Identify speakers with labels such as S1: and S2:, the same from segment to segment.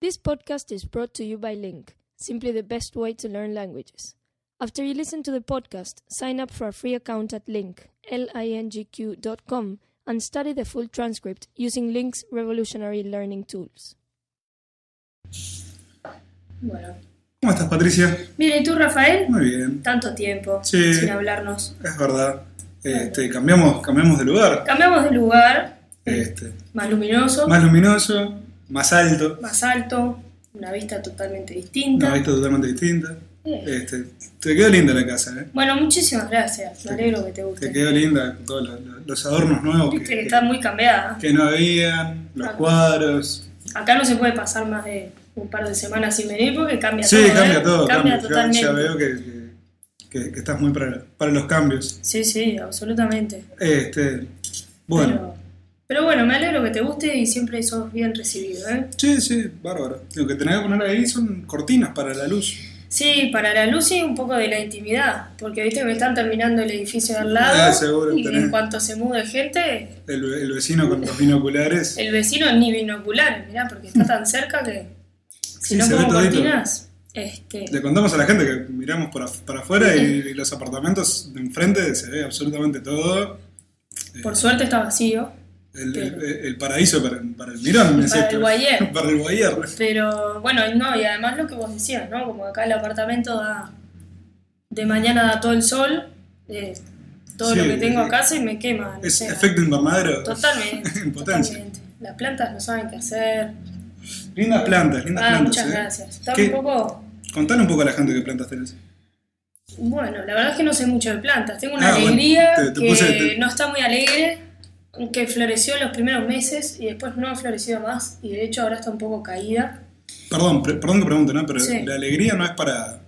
S1: This podcast is brought to you by Link, simply the best way to learn languages. After you listen to the podcast, sign up for a free account at Link, lingq.com, and study the full transcript using Link's revolutionary learning tools.
S2: Bueno.
S3: ¿Cómo estás, Patricia?
S2: Bien, ¿y tú, Rafael?
S3: Muy bien,
S2: Tanto tiempo
S3: Sí.
S2: sin hablarnos.
S3: es verdad. Este, cambiamos, cambiamos de lugar.
S2: Cambiamos de lugar,
S3: Este,
S2: más luminoso, más,
S3: más luminoso, más alto,
S2: alto, una vista totalmente
S3: una
S2: distinta.
S3: vista totalmente distinta.
S2: Eh.
S3: Este, te quedó linda la casa, ¿eh?
S2: Bueno, muchísimas gracias. Me alegro que te
S3: Te
S2: guste.
S3: quedó linda con todos los, los- los adornos nuevos que,
S2: Viste que está muy cambiada.
S3: que no habían, los
S2: Claro.
S3: cuadros.
S2: Acá no se puede pasar más de un par de semanas sin venir porque cambia
S3: Sí,
S2: todo. ¿eh?
S3: cambia todo,
S2: Cambia
S3: cambia.
S2: totalmente.
S3: Ya, ya veo que, que- que- que estás muy para, para los cambios.
S2: Sí, sí, absolutamente.
S3: Este, bueno,
S2: Pero, pero bueno, me alegro que te guste y siempre sos bien recibido, ¿eh?
S3: sí, sí, bárbaro. Lo que tenés que poner ahí son cortinas para la luz.
S2: Sí, para la Lucy un poco de la intimidad, porque viste que me están terminando el edificio de al
S3: Ah,
S2: lado
S3: seguro,
S2: y
S3: tenés.
S2: en cuanto se mude gente,
S3: El, ve- el vecino con los binoculares.
S2: el vecino ni binoculares, mirá, porque está tan cerca que si
S3: Sí,
S2: no
S3: se ve
S2: pongo
S3: todito.
S2: cortinas, este,
S3: Le contamos a la gente que miramos por af- para afuera y, y los apartamentos de enfrente se ve absolutamente todo.
S2: por suerte está vacío,
S3: El, el- el paraíso para, para el mirón. es
S2: Para el
S3: esto.
S2: guayer.
S3: Para el guayer.
S2: pero bueno, y no, y además lo que vos decías, ¿no? Como acá el apartamento da, de mañana da todo el sol, eh, todo lo
S3: Sí,
S2: que tengo
S3: eh,
S2: acá se me quema, no
S3: Es
S2: sé,
S3: efecto invernadero.
S2: totalmente,
S3: en potencia.
S2: totalmente. Las plantas no saben qué hacer.
S3: Lindas plantas, lindas
S2: Ah,
S3: plantas.
S2: muchas
S3: eh.
S2: gracias. Está
S3: ¿Qué?
S2: un poco.
S3: Contale un poco a la gente qué plantas tenés.
S2: Bueno, la verdad es que no sé mucho de plantas. Tengo una
S3: Ah, bueno,
S2: alegría
S3: te- te
S2: que
S3: puse- te-
S2: no está muy alegre, que floreció los primeros meses y después no ha florecido más y de hecho ahora está un poco caída.
S3: Perdón, pre- perdón que pregunte, ¿no? Pero
S2: Sí.
S3: la alegría no es para,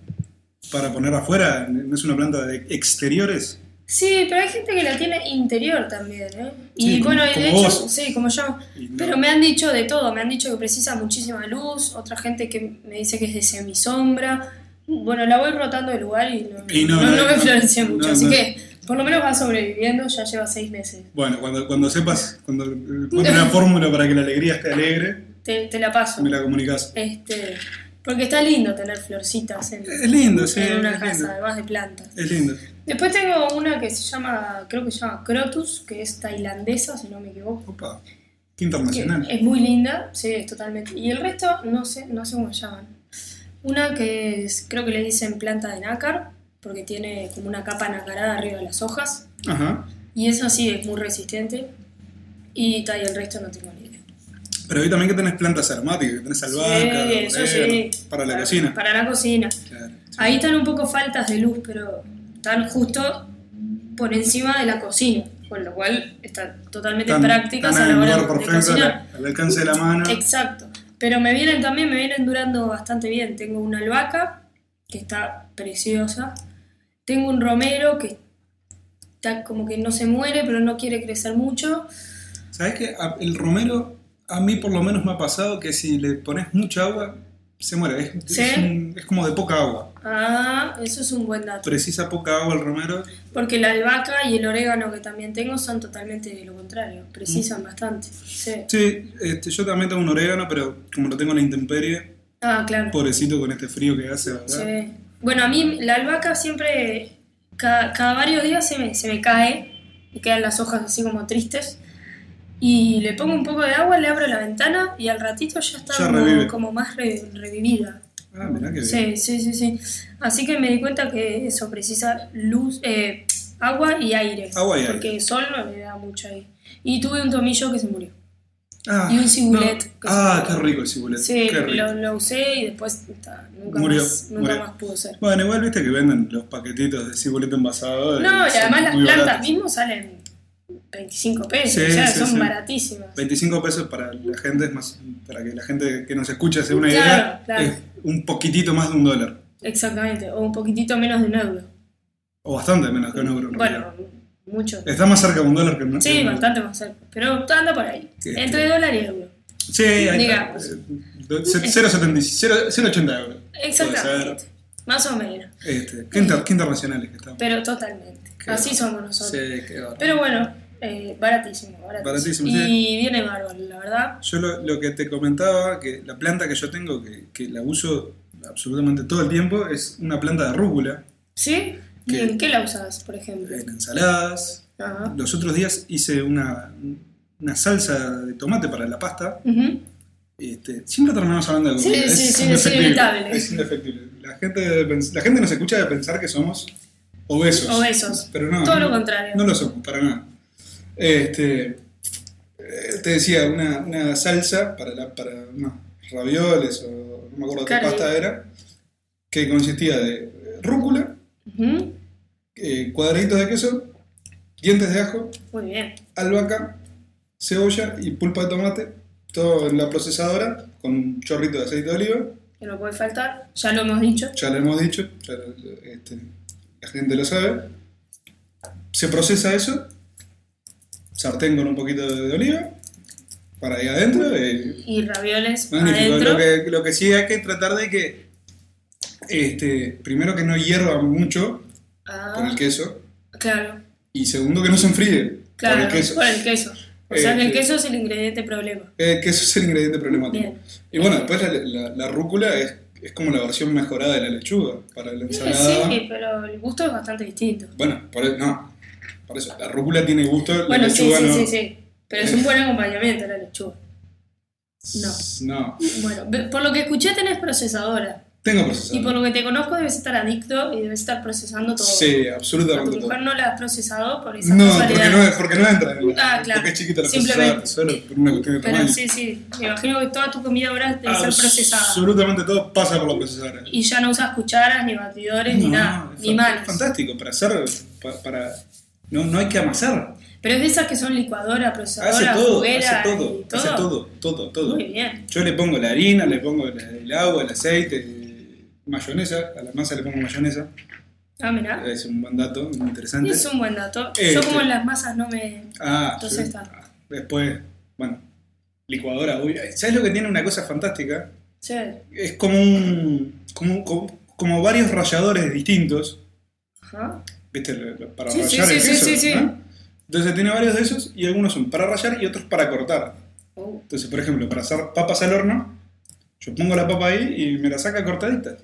S3: para poner afuera, no es una planta de exteriores.
S2: Sí, pero hay gente que la tiene interior también, ¿eh? Y
S3: Sí, como-
S2: bueno, y de
S3: como
S2: hecho,
S3: vos.
S2: sí, como yo.
S3: Y no-
S2: Pero me han dicho de todo, me han dicho que precisa muchísima luz, otra gente que me dice que es de semisombra. Bueno, la voy rotando de lugar y no,
S3: Y no,
S2: no-
S3: no,
S2: no me
S3: no,
S2: florece
S3: no,
S2: mucho, así
S3: no.
S2: que por lo menos va sobreviviendo, ya lleva seis meses.
S3: Bueno, cuando, cuando sepas, cuando encuentres una fórmula para que la alegría esté alegre,
S2: Te, te la paso.
S3: me la comunicas.
S2: Este, porque está lindo tener florcitas en,
S3: Es lindo, sí.
S2: en una
S3: es
S2: casa,
S3: lindo.
S2: además de plantas.
S3: Es lindo.
S2: Después tengo una que se llama, creo que se llama Crotus, que es tailandesa, si no me equivoco.
S3: Opa, qué
S2: que
S3: internacional.
S2: es muy linda, sí, es totalmente. Y el resto, no sé, no sé cómo se llaman. Una que es, creo que le dicen planta de nácar, porque tiene como una capa nacarada arriba de las hojas.
S3: Ajá.
S2: Y esa sí es muy resistente. Y tal, y el resto no tengo ni idea.
S3: Pero hoy también que tenés plantas aromáticas, que tenés albahaca,
S2: Sí, eso
S3: laurel,
S2: sí.
S3: para la cocina.
S2: Para la cocina.
S3: Claro.
S2: Ahí están un poco faltas de luz, pero están justo por encima de la cocina, con lo cual están totalmente
S3: Están-
S2: prácticas
S3: están
S2: a
S3: en
S2: la
S3: el
S2: hora
S3: lugar
S2: de
S3: perfecto,
S2: cocinar.
S3: al- al alcance de la mano.
S2: Exacto. Pero me vienen también, me vienen durando bastante bien. Tengo una albahaca, que está preciosa. Tengo un romero que está como que no se muere, pero no quiere crecer mucho.
S3: ¿Sabés que el romero, a mí por lo menos me ha pasado que si le pones mucha agua, se muere. Es,
S2: ¿Sí?
S3: es un- es como de poca agua.
S2: Ah, eso es un buen dato.
S3: Precisa poca agua el romero.
S2: Porque la albahaca y el orégano que también tengo son totalmente lo contrario, precisan bastante. Sí.
S3: Sí, este, yo también tengo un orégano, pero como lo tengo en la intemperie,
S2: Ah, claro.
S3: pobrecito con este frío que hace, ¿verdad?
S2: Sí. Bueno, a mí la albahaca siempre, cada, cada varios días se me, se me cae y quedan las hojas así como tristes. Y le pongo un poco de agua, le abro la ventana y al ratito ya está
S3: Ya
S2: como,
S3: revive.
S2: como más re- revivida.
S3: Ah, mirá que bien.
S2: Sí, sí, sí, sí. Así que me di cuenta que eso precisa luz, eh, agua y aire.
S3: Agua y
S2: porque sol no le da mucho ahí. Y tuve un tomillo que se murió.
S3: Ah,
S2: Y un cibulet.
S3: no. Ah, qué rico el cibulet.
S2: Sí,
S3: qué rico.
S2: lo, lo usé y después ta, nunca,
S3: Murió,
S2: más, nunca
S3: murió.
S2: más pudo ser.
S3: Bueno, igual viste que venden los paquetitos de cibuleto envasado. eh,
S2: No, y
S3: son
S2: además las
S3: muy
S2: plantas
S3: baratos.
S2: mismo salen 25 pesos,
S3: Sí,
S2: o sea,
S3: sí,
S2: son
S3: sí.
S2: baratísimas.
S3: 25 pesos para la gente, es más, para que la gente que nos escucha se dé una
S2: Claro,
S3: idea,
S2: claro.
S3: es un poquitito más de un dólar.
S2: Exactamente, o un poquitito menos de un euro.
S3: O bastante menos que un euro. en realidad.
S2: Bueno, mucho.
S3: Está más cerca de un dólar que un que
S2: Sí,
S3: un-
S2: bastante más cerca, pero anda por ahí,
S3: Sí,
S2: entre dólar y euro.
S3: Sí, ahí está.
S2: Digamos.
S3: Eh, do- se- 0,70, 0- 0,80 euros.
S2: Exactamente, más o menos,
S3: Este, qué, inter- qué internacionales que estamos.
S2: pero totalmente.
S3: Qué
S2: Así
S3: bueno.
S2: somos nosotros.
S3: Sí, qué bárbaro.
S2: Pero bueno, Eh, baratísimo, baratísimo.
S3: Baratísimo,
S2: y
S3: sí.
S2: viene bárbaro, la verdad.
S3: Yo lo, lo que te comentaba, que la planta que yo tengo, que, que la uso absolutamente todo el tiempo, es una planta de rúcula.
S2: ¿Sí? ¿Y
S3: ¿Qué? Eh.
S2: en qué la usas, por ejemplo?
S3: En ensaladas.
S2: Ajá.
S3: Los otros días hice una, una salsa de tomate para la pasta.
S2: Ujú.
S3: Este, siempre terminamos hablando de
S2: Sí,
S3: comida.
S2: sí,
S3: es
S2: sí, es
S3: indefectible,
S2: inevitable.
S3: Es indefectible. La gente, debe pens- la gente nos escucha de pensar que somos obesos.
S2: Obesos.
S3: Pero no.
S2: Todo
S3: no-
S2: lo contrario.
S3: No lo somos, para nada. Este, eh, te decía, una, una salsa para, la, para unos ravioles o no me acuerdo qué
S2: Carne.
S3: pasta era, que consistía de rúcula,
S2: Ujú.
S3: eh, cuadraditos de queso, dientes de ajo,
S2: Muy bien.
S3: albahaca, cebolla y pulpa de tomate, todo en la procesadora, con un chorrito de aceite de oliva.
S2: Que no puede faltar. Ya lo hemos dicho.
S3: ya lo hemos dicho, ya lo- lo- este, la gente lo sabe. Se procesa eso, sartén con un poquito de, de oliva, para ahí adentro. eh,
S2: Y ravioles
S3: magnífico.
S2: adentro.
S3: Lo que, lo que sí hay que tratar de que, este, primero que no hierva mucho con
S2: Ah,
S3: el queso,
S2: claro,
S3: y segundo que no se enfríe con
S2: claro.
S3: el queso.
S2: O sea que el
S3: Este.
S2: queso es el ingrediente problema.
S3: El Eh, queso es el ingrediente problemático.
S2: Bien.
S3: Y bueno, después la, la- la rúcula es, es como la versión mejorada de la lechuga para la
S2: Sí,
S3: ensalada.
S2: sí, eh, pero el gusto es bastante distinto.
S3: Bueno, por eso, no. Por eso, la rúcula tiene gusto, la
S2: Bueno, sí,
S3: lechuga
S2: sí,
S3: no.
S2: sí, sí. Pero es un buen acompañamiento la lechuga. No.
S3: No.
S2: Bueno, ve- por lo que escuché tenés procesadora.
S3: Tengo
S2: Y por
S3: procesador.
S2: lo que te conozco debes estar adicto y debes estar procesando todo.
S3: Sí,
S2: A tu
S3: absolutamente todo.
S2: mujer no la has procesado por esa
S3: No, porque
S2: casualidad.
S3: no, porque no entra en la-
S2: Ah, claro.
S3: Porque es chiquita la
S2: Simplemente.
S3: procesadora, solo por una cuestión de
S2: Pero
S3: tamaño.
S2: sí, sí. Me imagino que toda tu comida ahora debe ser procesada.
S3: Absolutamente todo pasa por la procesadora.
S2: Y ya no usas cucharas, ni batidores, ni
S3: No,
S2: nada.
S3: es
S2: Ni
S3: fan-
S2: manos.
S3: Fantástico, para hacer. Para, para- no, no hay que amasar.
S2: Pero es de esas que son licuadora, procesadora,
S3: Hace todo,
S2: juguera
S3: hace todo,
S2: y todo.
S3: hace todo, todo, todo.
S2: Muy bien.
S3: Yo le pongo la harina, le pongo la- el agua, el aceite, mayonesa. A la masa le pongo mayonesa.
S2: Ah, mirá.
S3: Es un buen dato, muy interesante.
S2: Es un buen dato.
S3: Eh,
S2: Yo como
S3: eh.
S2: en las masas no me...
S3: Ah,
S2: Entonces
S3: sí.
S2: está.
S3: Ah, Después, bueno, licuadora, obvio. ¿Sabes lo que tiene una cosa fantástica?
S2: Sí.
S3: Es como un. como, como, como varios ralladores distintos.
S2: Ajá.
S3: ¿Viste? Lo- lo- Para
S2: Sí, sí,
S3: rallar
S2: sí,
S3: el
S2: sí,
S3: queso.
S2: sí, sí.
S3: ¿no? Entonces tiene varios de esos y algunos son para rallar y otros para cortar.
S2: Oh,
S3: Entonces, por ejemplo, para hacer papas al horno, yo pongo la papa ahí y me la saca cortadita.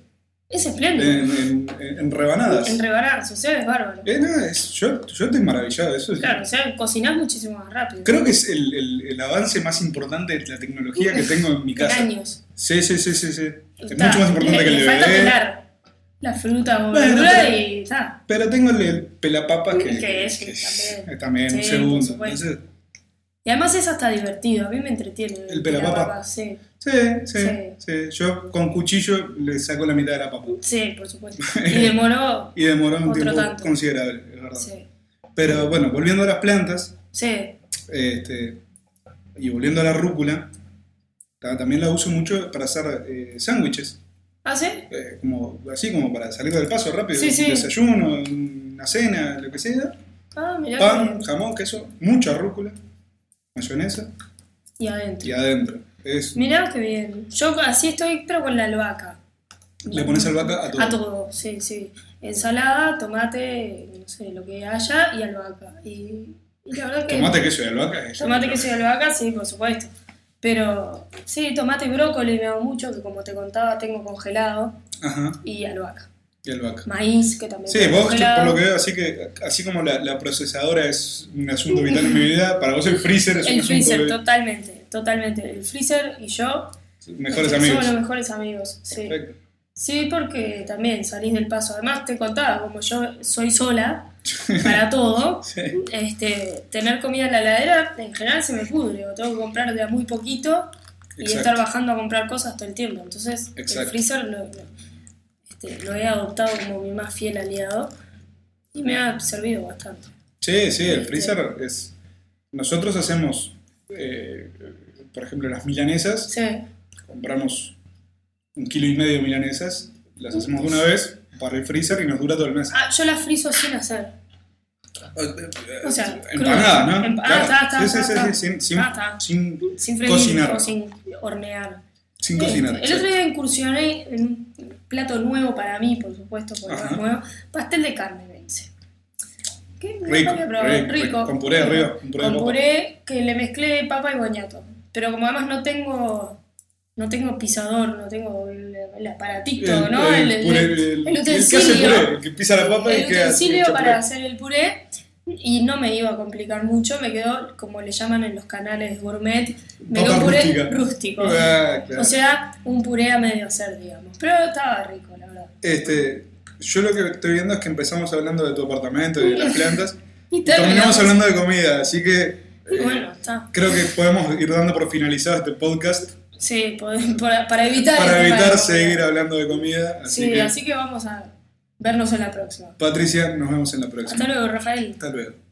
S2: Es
S3: En,
S2: espléndido.
S3: en- en- en rebanadas.
S2: En rebanadas, o sea, es bárbaro.
S3: Eh, no, es- yo, yo estoy maravillado. Eso es-
S2: Claro, o sea, cocinás muchísimo más rápido.
S3: Creo que es el, el- el avance más importante de la tecnología que tengo en mi
S2: En
S3: casa.
S2: años.
S3: Sí, sí, sí, sí, sí. Es
S2: Está.
S3: mucho más importante
S2: le,
S3: que el
S2: le falta
S3: bebé.
S2: pelar la fruta o
S3: Bueno,
S2: verdura
S3: pero-
S2: y está.
S3: Pero tengo el, el pelapapas que,
S2: Que es, también.
S3: eh, también, un
S2: Sí, por
S3: segundo.
S2: supuesto.
S3: Entonces,
S2: Y además es hasta divertido, a mí me entretiene.
S3: El pelapapa.
S2: pelapapa, Sí,
S3: sí, sí, sí. Yo con cuchillo le saco la mitad de la papa.
S2: sí, por supuesto. Y demoró,
S3: Y demoró un
S2: Otro
S3: tiempo
S2: tanto.
S3: considerable, es verdad.
S2: sí,
S3: Pero bueno, volviendo a las plantas
S2: sí.
S3: este, y volviendo a la rúcula, ta- también la uso mucho para hacer eh, sándwiches.
S2: ¿Ah, sí?
S3: eh, como así como para salir del paso rápido,
S2: Sí, sí.
S3: un desayuno, una cena, lo que sea,
S2: Ah, mirá.
S3: pan,
S2: que-
S3: jamón, queso, mucha rúcula, mayonesa
S2: Y adentro.
S3: y adentro. Es,
S2: Mirá qué bien. Yo así estoy, pero con la albahaca.
S3: le pones albahaca a todo.
S2: A todo, sí, sí. Ensalada, tomate, no sé, lo que haya, y albahaca. Y, y la verdad que.
S3: Tomate, queso y albahaca. es-
S2: Tomate, queso y albahaca, sí, por supuesto. Pero sí, tomate y brócoli me hago mucho, que como te contaba, tengo congelado.
S3: Ajá,
S2: Y albahaca.
S3: y albahaca.
S2: Maíz, que también
S3: Sí,
S2: tengo
S3: vos
S2: congelado.
S3: por lo que veo, así que así como la, la procesadora es un asunto vital en mi vida, para vos el freezer es un
S2: El
S3: asunto
S2: freezer,
S3: de
S2: totalmente, totalmente. El freezer y yo
S3: mejores
S2: somos
S3: amigos.
S2: los mejores amigos. Sí.
S3: Perfecto.
S2: Sí, porque también salís del paso. Además, te contaba, como yo soy sola para todo,
S3: Sí.
S2: este, tener comida en la heladera en general se me pudre. O tengo que comprar de a muy poquito y
S3: Exacto.
S2: estar bajando a comprar cosas todo el tiempo. Entonces, el
S3: Exacto.
S2: freezer lo, lo- este, lo he adoptado como mi más fiel aliado y me ha servido bastante.
S3: Sí, sí, el freezer es... Nosotros hacemos, eh, por ejemplo, las milanesas,
S2: Sí,
S3: compramos un kilo y medio de milanesas, las hacemos de una vez para el freezer y nos dura todo el mes.
S2: Ah, yo la friso sin hacer.
S3: Ah, eh,
S2: O sea,
S3: Empanadas, ¿no?
S2: cruda. Emp- ah,
S3: Claro.
S2: está, está,
S3: Sí, sí,
S2: está,
S3: sí,
S2: está.
S3: sí, sin, sin,
S2: Ah, está.
S3: sin,
S2: Sin freír
S3: Cocinar.
S2: o sin hornear.
S3: sin
S2: Sí,
S3: cocinar.
S2: El otro día incursioné en un plato nuevo para mí, por supuesto, porque
S3: Ajá.
S2: era nuevo. Pastel de carne, me hice. ¿Qué? No
S3: Rico,
S2: lo había probado.
S3: rico, rico. Con puré arriba, un puré de
S2: Con
S3: papa.
S2: puré que le mezclé papa y boñato. Pero como además no tengo. No tengo pisador, no tengo el, el aparatito,
S3: El-
S2: ¿no?
S3: el puré, el- el que hace el
S2: utensilio.
S3: puré, el que pisa la papa y
S2: el
S3: queda
S2: utensilio
S3: hecho
S2: para
S3: puré.
S2: hacer el puré y no me iba a complicar mucho, me quedó como le llaman en los canales gourmet, me quedó
S3: Papa
S2: un puré
S3: rústica.
S2: rústico.
S3: Ah, claro.
S2: O sea, un puré a medio hacer, digamos. Pero estaba rico, la verdad.
S3: Este, yo lo que estoy viendo es que empezamos hablando de tu apartamento y de las plantas.
S2: Y
S3: Terminamos hablando de comida, así que
S2: Y bueno, está.
S3: creo que podemos ir dando por finalizado este podcast
S2: Sí, pod- para, para evitar.
S3: para
S2: el tema
S3: evitar
S2: de-
S3: seguir hablando de comida. Así
S2: Sí,
S3: que,
S2: así que vamos a vernos en la próxima.
S3: Patricia, nos vemos en la próxima.
S2: Hasta luego, Rafael.
S3: Hasta luego.